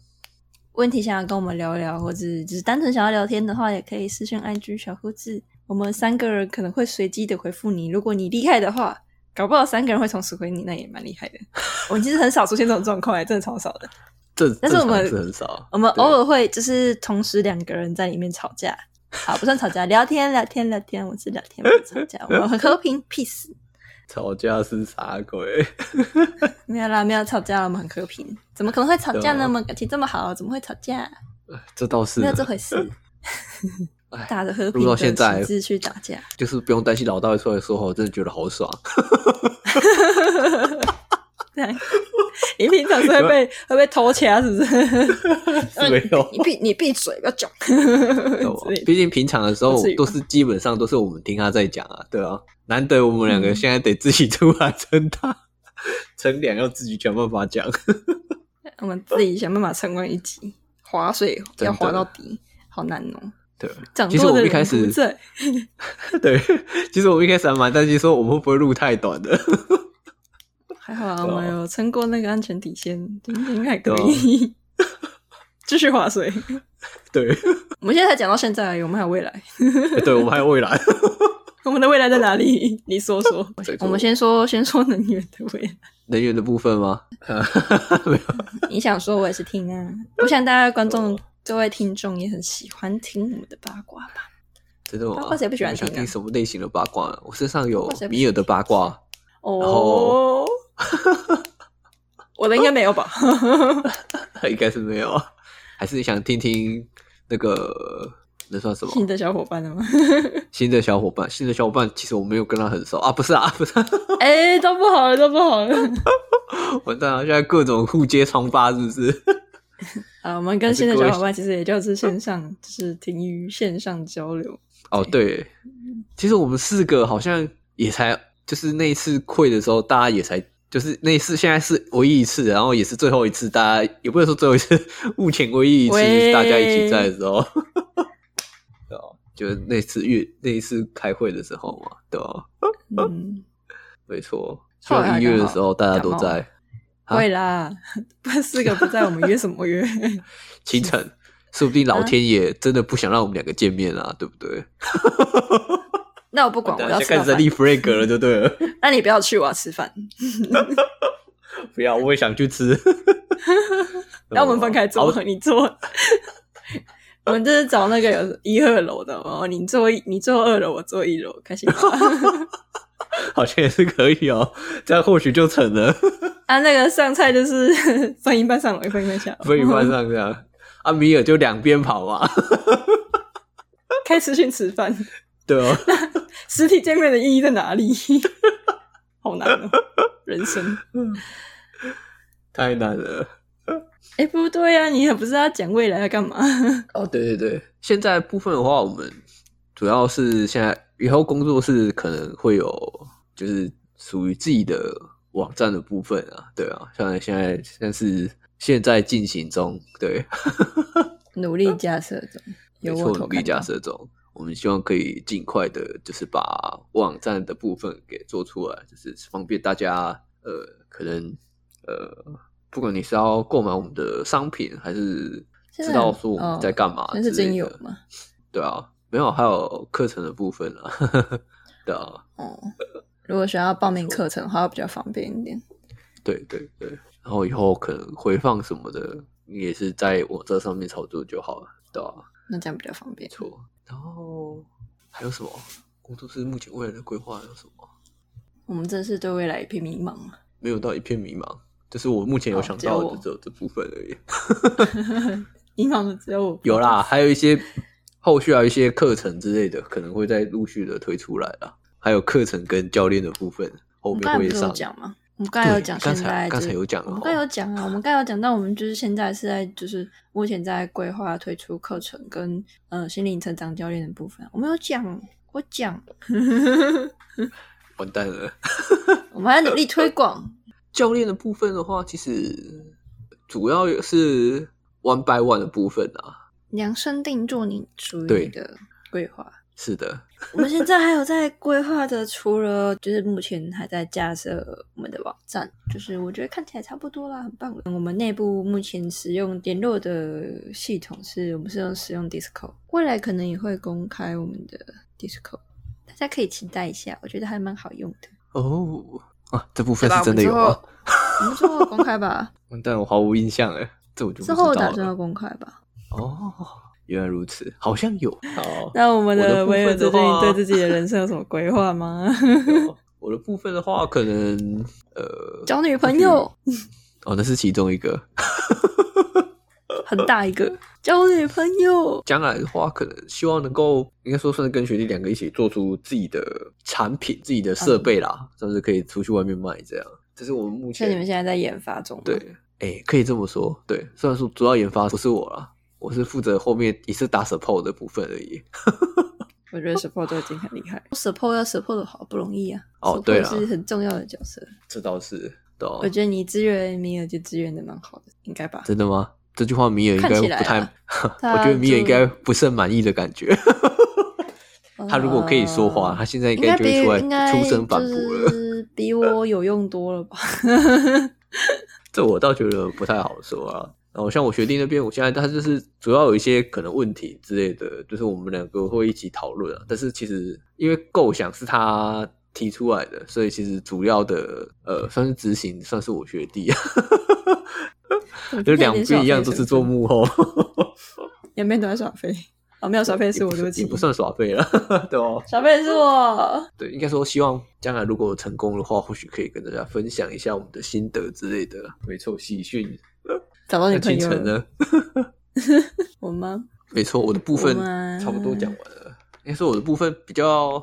Speaker 2: 问题想要跟我们聊聊，或者只是单纯想要聊天的话，也可以私讯 IG 小胡子，我们三个人可能会随机的回复你。如果你厉害的话，搞不好三个人会同时回你，那也蛮厉害的。 我们其实很少出现这种状况、欸，真的超少的。
Speaker 1: 这
Speaker 2: 但是我们
Speaker 1: 正常是很少。
Speaker 2: 我们
Speaker 1: 对
Speaker 2: 偶尔会就是同时两个人在里面吵 架，好不算吵架，聊天聊天聊天，我们是聊天不 是吵架，我们很和平 peace，
Speaker 1: 吵架是啥鬼？
Speaker 2: 没有啦，没有吵架了，我们很和平，怎么可能会吵架
Speaker 1: 对啊
Speaker 2: 呢？我们感情这么好，怎么会吵架？
Speaker 1: 这倒是啊
Speaker 2: 没有这回 事，
Speaker 1: 哎
Speaker 2: 打着和
Speaker 1: 录
Speaker 2: 平
Speaker 1: 到
Speaker 2: 的
Speaker 1: 现在
Speaker 2: 旗帜去打架，
Speaker 1: 就是不用担心老大会出来说话，我真的觉得好爽。
Speaker 2: 这样你平常是会 被会被偷掐是不是？
Speaker 1: 是没有 哦
Speaker 2: 你闭你闭嘴，不要 讲，
Speaker 1: 懂吗
Speaker 2: 之类的
Speaker 1: 毕竟平常的时候
Speaker 2: 不至于吧
Speaker 1: 都是基本上都是我们听他在讲啊，对啊，难得我们两
Speaker 2: 嗯
Speaker 1: 个现在得自己出来撑他， 撑两要自己想办法 讲。
Speaker 2: 我们自己想办法撑完一集，划水
Speaker 1: 真的
Speaker 2: 要划到底，好难哦、
Speaker 1: 对，
Speaker 2: 掌
Speaker 1: 其实我
Speaker 2: 舵的
Speaker 1: 们一
Speaker 2: 人
Speaker 1: 开始
Speaker 2: 不 在。
Speaker 1: 对， 其实我们一开始还蛮担心说我们会不会录太短的，
Speaker 2: 还好啊，
Speaker 1: 对啊
Speaker 2: 我们有撑过那个安全底线，应该还可以。 继续划水，
Speaker 1: 对，
Speaker 2: 我们现在才讲到现在而已，我们还有未 来，
Speaker 1: 对，我们还有未来。
Speaker 2: 我们的未来在哪里？你说说
Speaker 1: 再。说
Speaker 2: 我们先说， 先说能源的未来。
Speaker 1: 能源的部分吗？
Speaker 2: 你想说，我也是听啊。我想大家观众、各位听众也很喜欢听我们的八卦吧？
Speaker 1: 真的吗？
Speaker 2: 八卦谁不喜欢
Speaker 1: 你想
Speaker 2: 听啊
Speaker 1: 听什么类型的八卦啊呢？我身上有
Speaker 2: 八卦谁不喜欢
Speaker 1: 米尔的八卦，
Speaker 2: 哦， 我的应该没有吧？
Speaker 1: 应该是没有啊， 还是你想听听那个那算什么
Speaker 2: 新的小伙伴了吗？
Speaker 1: 新的小伙伴？新的小伙伴其实我没有跟他很熟啊，不是啊， 不是、啊，
Speaker 2: 哎、都不好了，都不好了。
Speaker 1: 完蛋了，现在各种互揭疮疤是不 是？
Speaker 2: 啊，我们跟新的小伙伴其实也就是线上，就是停于线上交流。
Speaker 1: 哦，对，其实我们四个好像也才就是那一次会的时候，大家也才。就是那一次，现在是唯一一次，然后也是最后一次，大家 也不能说最后一次，目前唯一一次
Speaker 2: 喂
Speaker 1: 大家一起在的时候。对啊就是那次月那一次开会的时候嘛，对吧、哦
Speaker 2: 嗯，
Speaker 1: 没错，希
Speaker 2: 后来
Speaker 1: 望
Speaker 2: 还
Speaker 1: 一月
Speaker 2: 刚
Speaker 1: 的
Speaker 2: 好
Speaker 1: 时候大家
Speaker 2: 感
Speaker 1: 都
Speaker 2: 冒
Speaker 1: 在啊
Speaker 2: 会啦，不然四个不在，我们约什么约？
Speaker 1: 清晨，说不定老天爷真的不想让我们两个见面啊，对不对？
Speaker 2: 那我不管，我要
Speaker 1: 就
Speaker 2: 吃
Speaker 1: 啊开
Speaker 2: 到
Speaker 1: 始哦在
Speaker 2: 饭。
Speaker 1: 立 flag 了，就对了。
Speaker 2: 那你不要去，我要吃饭。
Speaker 1: 不要，我也想去吃。
Speaker 2: 然后我们分开坐
Speaker 1: 好，
Speaker 2: 你坐。我们就是找那个有一二楼的哦，你坐一，你坐二楼，我坐一楼，开心吧？
Speaker 1: 好像也是可以哦，这样或许就成了，
Speaker 2: 啊，那个上菜就是分一半上楼，一分一半下楼，
Speaker 1: 分一半上这样。阿米尔就两边跑嘛，
Speaker 2: 开私讯吃饭，
Speaker 1: 对哦，
Speaker 2: 实体见面的意义在哪里？ 好难哦，人生。
Speaker 1: 太难了。
Speaker 2: 哎、不对啊，你也不是要讲未来要干嘛？
Speaker 1: 哦，对对对，现在部分的话，我们主要是现在以后工作室可能会有，就是属于自己的网站的部分啊，对啊，像现在像是现在进行中，对，
Speaker 2: 努力架设中，
Speaker 1: 没
Speaker 2: 有
Speaker 1: 错
Speaker 2: 我，头
Speaker 1: 努力
Speaker 2: 看
Speaker 1: 架
Speaker 2: 到。
Speaker 1: 设中。我们希望可以尽快的，就是把网站的部分给做出来，就是方便大家，呃，可能，呃，不管你是要购买我们的商品，还是
Speaker 2: 现在
Speaker 1: 知道说我们在干嘛
Speaker 2: 那
Speaker 1: 之类
Speaker 2: 是真
Speaker 1: 的，
Speaker 2: 有吗？
Speaker 1: 对啊，没有，还有课程的部分啊，对啊，
Speaker 2: 哦，如果想要报名课程的话，会比较方便一点。
Speaker 1: 对对对，然后以后可能回放什么的，也是在我这上面操作就好了，对啊，
Speaker 2: 那这样比较方便
Speaker 1: 没。错。然后还有什么？工作室目前未来的规划有什么？
Speaker 2: 我们真是对未来一片迷茫啊！
Speaker 1: 没有到一片迷茫，这是我目前有
Speaker 2: 哦
Speaker 1: 想
Speaker 2: 只有
Speaker 1: 到的
Speaker 2: 我
Speaker 1: 就只有这部分而已。
Speaker 2: 迷茫的只有我。
Speaker 1: 有啦，，还有一些后续还有一些课程之类的，可能会再陆续的推出来啦。还有课程跟教练的部分，后
Speaker 2: 我
Speaker 1: 面
Speaker 2: 们刚才
Speaker 1: 会
Speaker 2: 不是有
Speaker 1: 上。
Speaker 2: 讲吗？我们刚才有讲，
Speaker 1: 对刚
Speaker 2: 现
Speaker 1: 才
Speaker 2: 在就
Speaker 1: 刚
Speaker 2: 是
Speaker 1: 才有讲哦
Speaker 2: 我们刚才有讲啊，我们刚才有讲到，我们就是现在是在就是目前在规划推出课程跟呃心灵成长教练的部分，啊我们有讲，我讲，
Speaker 1: 完蛋了。
Speaker 2: 我们还在努力推广。
Speaker 1: 教练的部分的话，其实主要也是 one by one 的部分啊。
Speaker 2: 量身定做你属于
Speaker 1: 对
Speaker 2: 你的规划。
Speaker 1: 是的，
Speaker 2: 我们现在还有在规划的，除了就是目前还在架设我们的网站，就是我觉得看起来差不多啦，很棒了。我们内部目前使用联络的系统是我们是用使用 Discord，未来可能也会公开我们的 Discord，大家可以期待一下，我觉得还蛮好用的。
Speaker 1: 哦啊，这部分
Speaker 2: 对吧？
Speaker 1: 是
Speaker 2: 我
Speaker 1: 真
Speaker 2: 们
Speaker 1: 的
Speaker 2: 之
Speaker 1: 有啊
Speaker 2: 后
Speaker 1: 吗？
Speaker 2: 我们之后公 开吧，
Speaker 1: 完蛋，我毫无印象哎，这我就不
Speaker 2: 之
Speaker 1: 知
Speaker 2: 后
Speaker 1: 道
Speaker 2: 打算要
Speaker 1: 了。
Speaker 2: 公开吧。
Speaker 1: 哦，原来如此，好像有。好，
Speaker 2: 那我们
Speaker 1: 我的部
Speaker 2: 威尔
Speaker 1: 分的
Speaker 2: 最近
Speaker 1: 话
Speaker 2: 对自己的人生有什么规划吗？
Speaker 1: 有我的部分的话，可能呃，
Speaker 2: 交女朋友。
Speaker 1: 哦，那是其中一个。
Speaker 2: 很大一个， 交女朋友。
Speaker 1: 将来的话，可能希望能够，应该说算是跟学弟两个一起做出自己的产品、自己的设备啦，算是可以出去外面卖这样。这是我们目
Speaker 2: 所嗯以你
Speaker 1: 前
Speaker 2: 们现在在研发中，
Speaker 1: 对，，哎、可以这么说，对。虽然说主要研发不是我啦，我是负责后面也是打 support 的部分而已。
Speaker 2: 我觉得 support 都已经很厉害，support 哦要 support 的好不容易啊。
Speaker 1: 哦
Speaker 2: support
Speaker 1: 对啦
Speaker 2: 是很重要的角色。
Speaker 1: 这倒是，对啊
Speaker 2: 我觉得你支援米尔就支援的蛮好的，应该吧？
Speaker 1: 真的吗？这句话米尔应该
Speaker 2: 看起来
Speaker 1: 不太
Speaker 2: 啊，
Speaker 1: 我
Speaker 2: 他
Speaker 1: 觉得米尔应
Speaker 2: 就
Speaker 1: 该不甚满意的感觉。 他如果可以说话，他
Speaker 2: 呃
Speaker 1: 现在应
Speaker 2: 应
Speaker 1: 该
Speaker 2: 该
Speaker 1: 就
Speaker 2: 比
Speaker 1: 会出来
Speaker 2: 应该
Speaker 1: 出声反驳了。
Speaker 2: 就是比我有用多 了吧？
Speaker 1: 这我倒觉得不太好说啊。然后像我学弟那边，我现在他就是主要有一些可能问题之类的，就是我们两个会一起讨论啊。但是其实因为构想是他提出来的，所以其实主要的呃算是执行算是我学弟，啊 就两边一样都是做幕后，
Speaker 2: 两边都在耍飞。哦，没有耍飞是我，对
Speaker 1: 也不
Speaker 2: 起
Speaker 1: 也，不算耍废了， 对哦。
Speaker 2: 耍飞是我。
Speaker 1: 对，应该说希望将来如果成功的话，或许可以跟大家分享一下我们的心得之类的。没错，喜讯。
Speaker 2: 找到
Speaker 1: 那
Speaker 2: 女朋
Speaker 1: 清
Speaker 2: 友
Speaker 1: 晨
Speaker 2: 了？
Speaker 1: 呢？
Speaker 2: 我吗？
Speaker 1: 没错，我的部分
Speaker 2: 我们
Speaker 1: 差不多讲完了。应该说我的部分比较，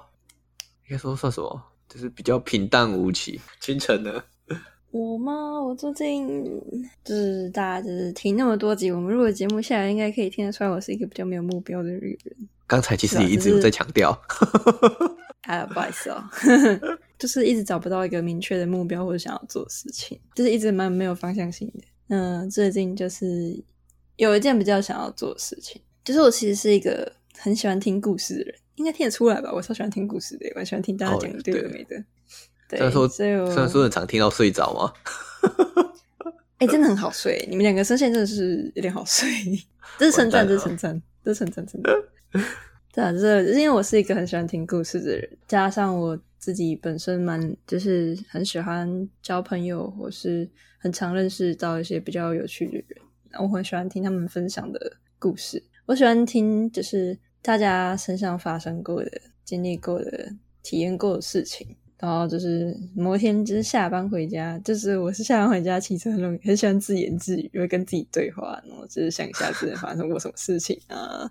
Speaker 1: 应该说算什么？就是比较平淡无奇。清晨呢？
Speaker 2: 我吗？我最近就是大家就是听那么多集，我们录的节目下来，应该可以听得出来，我是一个比较没有目标的女人。
Speaker 1: 刚才其实
Speaker 2: 是啊
Speaker 1: 也一直
Speaker 2: 就是
Speaker 1: 有在强调，
Speaker 2: 啊，不好意思哦， 就是一直找不到一个明确的目标或者想要做的事情，就是一直蛮没有方向性的。嗯，最近就是有一件比较想要做的事情，就是我其实是一个很喜欢听故事的人，应该听得出来吧？我超喜欢听故事的，我很喜欢听大家
Speaker 1: 哦
Speaker 2: 讲有对
Speaker 1: 对
Speaker 2: 的没的。
Speaker 1: 虽
Speaker 2: 对，
Speaker 1: 然说
Speaker 2: 所以我
Speaker 1: 虽然说很常听到睡着嘛，
Speaker 2: 哎、真的很好睡。你们两个声线真的是有点好睡，这是称赞，
Speaker 1: 完蛋
Speaker 2: 这
Speaker 1: 了
Speaker 2: 是称赞，这是称赞，真的。对啊，这因为我是一个很喜欢听故事的人，加上我自己本身蛮就是很喜欢交朋友，或是很常认识到一些比较有趣的人，然后我很喜欢听他们分享的故事。我喜欢听就是大家身上发生过的、经历过的、体验过的事情。然后就是某一天，就是下班回家，就是我是下班回家骑车很容易，很喜欢自言自语，会跟自己对话，然后就是想一下之前发生过什么事情 啊，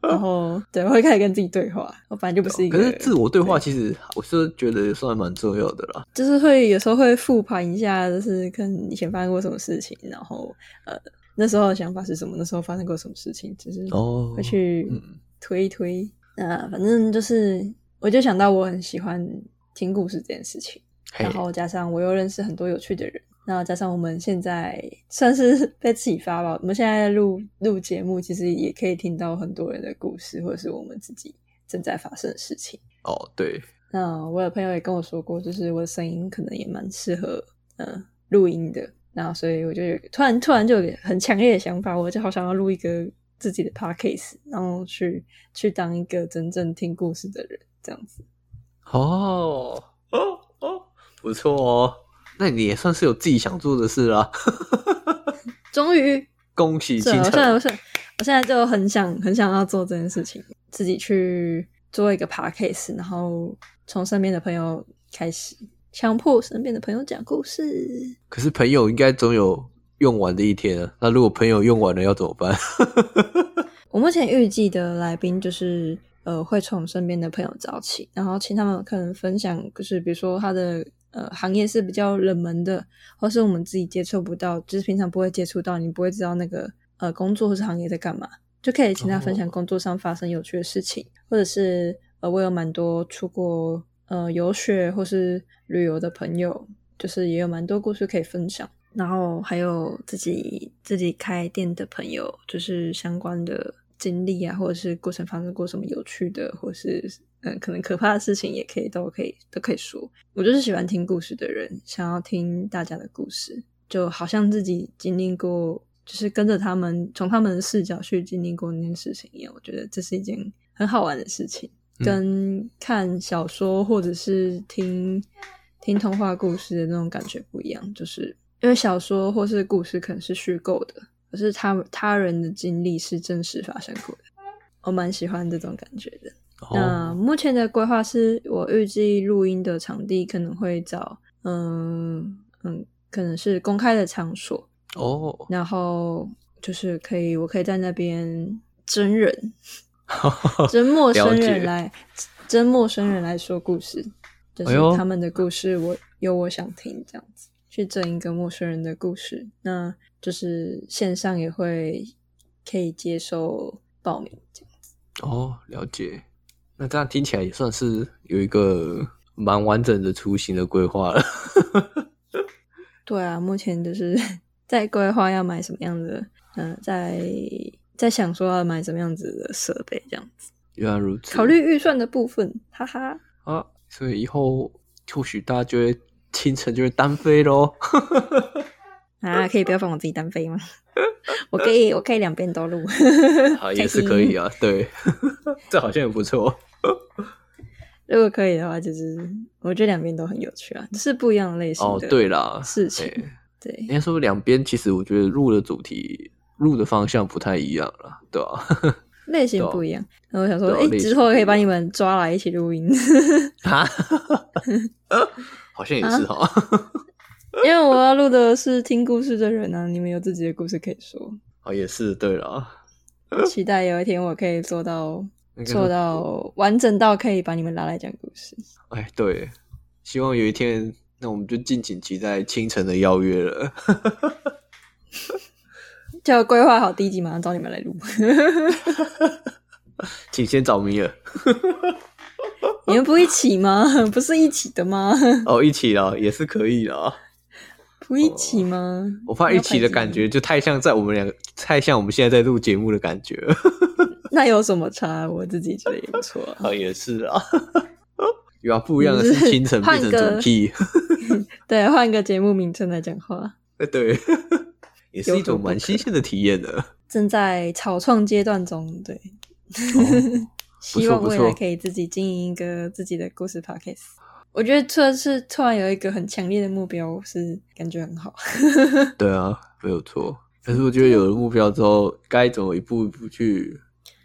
Speaker 2: 然后对，我会开始跟自己对话。我本来就不是一个，
Speaker 1: 可是自我对话其实我是觉得算蛮重要的啦。
Speaker 2: 就是会有时候会复盘一下，就是看以前发生过什么事情，然后呃那时候的想法是什么，那时候发生过什么事情，就是
Speaker 1: 哦，
Speaker 2: 会去
Speaker 1: 嗯
Speaker 2: 推一推。那、反正就是，我就想到我很喜欢听故事这件事情。
Speaker 1: 嘿
Speaker 2: 然后加上我又认识很多有趣的人，然后加上我们现在算是 被启发吧，我们现在录录节目，其实也可以听到很多人的故事，或者是我们自己正在发生的事情。
Speaker 1: 哦，对，
Speaker 2: 那我有朋友也跟我说过，就是我的声音可能也蛮适合嗯录音的，然后所以我就有突然突然就有很强烈的想法，我就好想要录一个自己的 podcast，然后去去当一个真正听故事的人，这样子。
Speaker 1: 哦哦哦，不错哦，那你也算是有自己想做的事啦，
Speaker 2: 终于
Speaker 1: 恭喜
Speaker 2: 是啊，
Speaker 1: 金
Speaker 2: 我现在
Speaker 1: 城
Speaker 2: 我现在我现在就很想很想要做这件事情，自己去做一个 podcast，然后从身边的朋友开始，强迫身边的朋友讲故事。
Speaker 1: 可是朋友应该总有用完的一天啊，那如果朋友用完了要怎么办？
Speaker 2: 我目前预计的来宾就是呃，会从身边的朋友找起，然后请他们可能分享，就是比如说他的呃行业是比较冷门的，或是我们自己接触不到，就是平常不会接触到，你不会知道那个呃工作或是行业在干嘛，就可以请他分享
Speaker 1: 哦
Speaker 2: 工作上发生有趣的事情，或者是呃，我有蛮多出国呃游学或是旅游的朋友，就是也有蛮多故事可以分享。然后还有自己自己开店的朋友，就是相关的经历啊，或者是过程发生过什么有趣的，或是嗯可能可怕的事情，也可以都可以都可以说。我就是喜欢听故事的人，想要听大家的故事，就好像自己经历过，就是跟着他们从他们的视角去经历过那件事情一样。我觉得这是一件很好玩的事情，
Speaker 1: 嗯
Speaker 2: 跟看小说或者是听听童话故事的那种感觉不一样，就是因为小说或是故事可能是虚构的，可是他们他人的经历是真实发生过的。我蛮喜欢这种感觉的。那
Speaker 1: 哦，
Speaker 2: 目前的规划是我预计录音的场地可能会找，嗯嗯，可能是公开的场所，
Speaker 1: 哦，
Speaker 2: 然后就是可以，我可以在那边真人， 真陌生
Speaker 1: 了
Speaker 2: 人
Speaker 1: 解
Speaker 2: 来，真陌生人来说故事，就
Speaker 1: 哎
Speaker 2: 是
Speaker 1: 呦
Speaker 2: 他们的故事我，有我想听这样子，去整一个陌生人的故事。那就是线上也会可以接受报名这样。
Speaker 1: 哦，了解。那这样听起来也算是有一个蛮完整的雏形的规划了。
Speaker 2: 对啊，目前就是 在规划要买什么样的，嗯、在在想说要买什么样子的设备，这样子
Speaker 1: 原来如此，
Speaker 2: 考虑预算的部分，哈哈。
Speaker 1: 啊，所以以后或许大家就会清晨就会单飞 喽。
Speaker 2: 啊，可以不要放我自己单飞吗？ 我可以，我可以两边都录，
Speaker 1: 啊，也是可以
Speaker 2: 啊。
Speaker 1: 啊，对， 这好像也不错。
Speaker 2: 如果可以的话，就是我觉得两边都很有趣啊，就是不一样的类型
Speaker 1: 哦，
Speaker 2: 的
Speaker 1: 对啦，
Speaker 2: 事情。
Speaker 1: 哎
Speaker 2: 对
Speaker 1: 应该说两边其实我觉得录的主题、录的方向不太一样啦，对吧、
Speaker 2: 类型
Speaker 1: 对啊
Speaker 2: 不一样。然后我想说，
Speaker 1: 对啊
Speaker 2: 哎、
Speaker 1: 类型
Speaker 2: 之后可以把你们抓来一起 录音。
Speaker 1: 啊？好像也是
Speaker 2: 啊
Speaker 1: 哦哈、
Speaker 2: 因为我要录的是听故事的人啊，你们有自己的故事可以说。
Speaker 1: 哦，也是，对啦。
Speaker 2: 期待有一天我可以做到
Speaker 1: 应该说
Speaker 2: 做到完整到可以把你们拉来讲故事。
Speaker 1: 哎，对，希望有一天，那我们就敬请期待清晨的邀约了。
Speaker 2: 就要规划好第一集，马上找你们来录。
Speaker 1: 请先找米尔
Speaker 2: 你们不一起吗？ 不是一起的吗？
Speaker 1: 哦，一起啦，也是可以啦。
Speaker 2: 不一起吗？
Speaker 1: 我怕一起的感觉就太像在我们两个，太像我们现在在录节目的感觉了。
Speaker 2: 那有什么差？我自己觉得也不错、啊。
Speaker 1: 啊，也是啊，有啊，不一样的是清晨 变成主 key，
Speaker 2: 对，换个节目名称来讲话。
Speaker 1: 对， 也是一种蛮新鲜的体验的。
Speaker 2: 正在草创阶段中， 对，
Speaker 1: 哦错
Speaker 2: 希望未
Speaker 1: 不
Speaker 2: 来
Speaker 1: 错
Speaker 2: 可以自己经营一个自己的故事 podcast。我觉得突然是突然有一个很强烈的目标，是感觉很好。
Speaker 1: 对啊，没有错。可是我觉得有了目标之后，该怎么一步一步去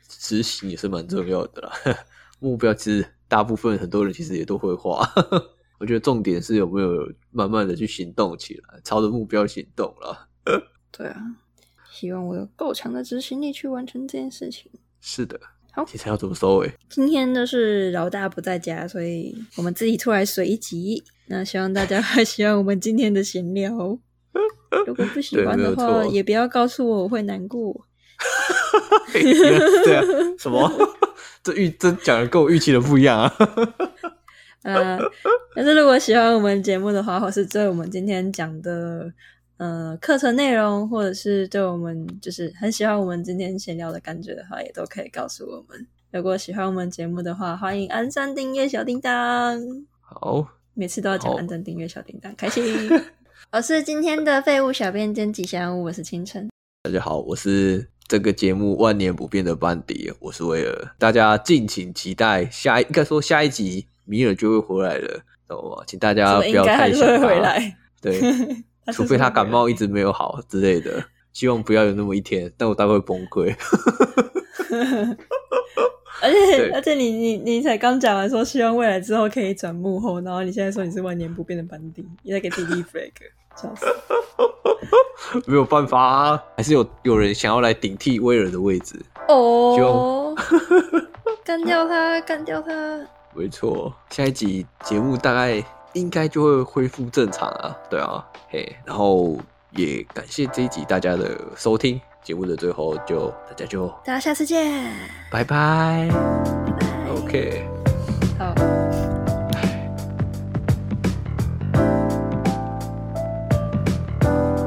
Speaker 1: 执行也是蛮重要的啦。 目标其实大部分很多人其实也都会画， 我觉得重点是有没有慢慢的去行动起来，朝着目标行动啦。
Speaker 2: 对啊，希望我有够强的执行力去完成这件事情。
Speaker 1: 是的
Speaker 2: 好，
Speaker 1: 其实要怎么收尾？
Speaker 2: 今天呢是老大不在家，所以我们自己突然随一集。那希望大家还喜欢我们今天的闲聊。哦如果不喜欢
Speaker 1: 对没
Speaker 2: 的
Speaker 1: 有
Speaker 2: 话，
Speaker 1: 错
Speaker 2: 也不要告诉我，我会难过。
Speaker 1: 哎对啊，什么？ 这预这讲的跟我预期的不一样啊！
Speaker 2: 呃，但是如果喜欢我们节目的话，或是对我们今天讲的呃课程内容，或者是对我们就是很喜欢我们今天闲聊的感觉的话，也都可以告诉我们。如果喜欢我们节目的话，欢迎按赞、订阅小叮当。
Speaker 1: 好，
Speaker 2: 每次都要讲
Speaker 1: 好
Speaker 2: 按赞、订阅小叮当，开心。我是今天的废物小编兼吉祥物，我是清晨。
Speaker 1: 大家好，我是这个节目万年不变的班底，我是威尔。大家敬请期待下一，应该说下一集米尔就会回来了，懂吗？请大
Speaker 2: 怎
Speaker 1: 家
Speaker 2: 么
Speaker 1: 不
Speaker 2: 应
Speaker 1: 要
Speaker 2: 该还
Speaker 1: 太
Speaker 2: 是
Speaker 1: 想
Speaker 2: 会
Speaker 1: 他
Speaker 2: 回，来？
Speaker 1: 对，
Speaker 2: 他是
Speaker 1: 除非他感
Speaker 2: 会
Speaker 1: 冒一直没有好之类的，希望不要有那么一天，但我大概会崩溃。
Speaker 2: 回来，而且
Speaker 1: 对
Speaker 2: 而且你你你才刚讲完说希望未来之后可以转幕后，然后你现在说你是万年不变的班底，你在给 自己立 flag，笑死！
Speaker 1: 没有办法、啊，还是有有人想要来顶替威尔的位置，
Speaker 2: 哦，干掉他，干掉他！
Speaker 1: 没错，下一集节目大概应该就会恢复正常啊，对啊，嘿，然后也感谢这一集大家的收听，节目的最后就大家就
Speaker 2: 大家下次见，
Speaker 1: 拜拜
Speaker 2: 拜拜。
Speaker 1: ，OK。
Speaker 2: 好。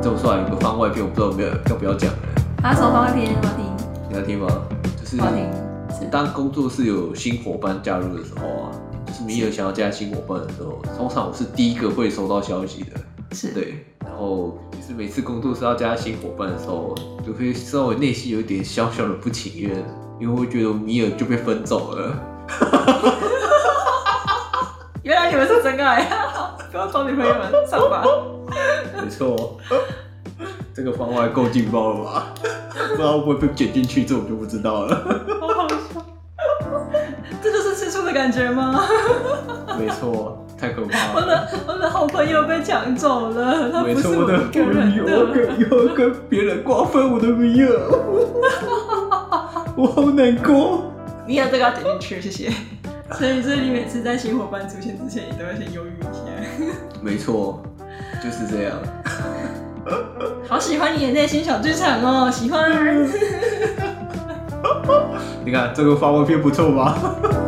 Speaker 1: 这么说来有个番外篇，我不知道有没有要不要讲呢？
Speaker 2: 他手放在边，我听，
Speaker 1: 你要听吗？就是
Speaker 2: 我听，是
Speaker 1: 当工作室有新伙伴加入的时候啊，就是米尔想要加新伙伴的时候，通常我是第一个会收到消息的。
Speaker 2: 是，
Speaker 1: 对，然后就是每次工作室要加新伙伴的时候，就会稍微内心有一点小小的不情愿，因为我会觉得米尔就被分走了。
Speaker 2: 原来你们是真爱 啊！不要装女朋友们，上吧。
Speaker 1: 没错，这个番外够劲爆了吧？ 不知道会不会被剪进去，这我就不知道了。
Speaker 2: 好好笑，这就是吃醋的感觉吗？
Speaker 1: 没错，太可
Speaker 2: 我
Speaker 1: 怕了。
Speaker 2: 的我的好朋友被抢走了，他
Speaker 1: 没
Speaker 2: 不是
Speaker 1: 错，我的
Speaker 2: 一个人
Speaker 1: 我
Speaker 2: 的。
Speaker 1: 跟又跟别人瓜分我的米尔， 我好难过。
Speaker 2: 你也这个要点进去，谢谢。 所以，所以你每次在新伙伴出现之前，你都会先犹豫一下。
Speaker 1: 没错，就是这样。
Speaker 2: 好喜欢你的内心小剧场哦，喜欢。
Speaker 1: 你看这个番外篇不错吧？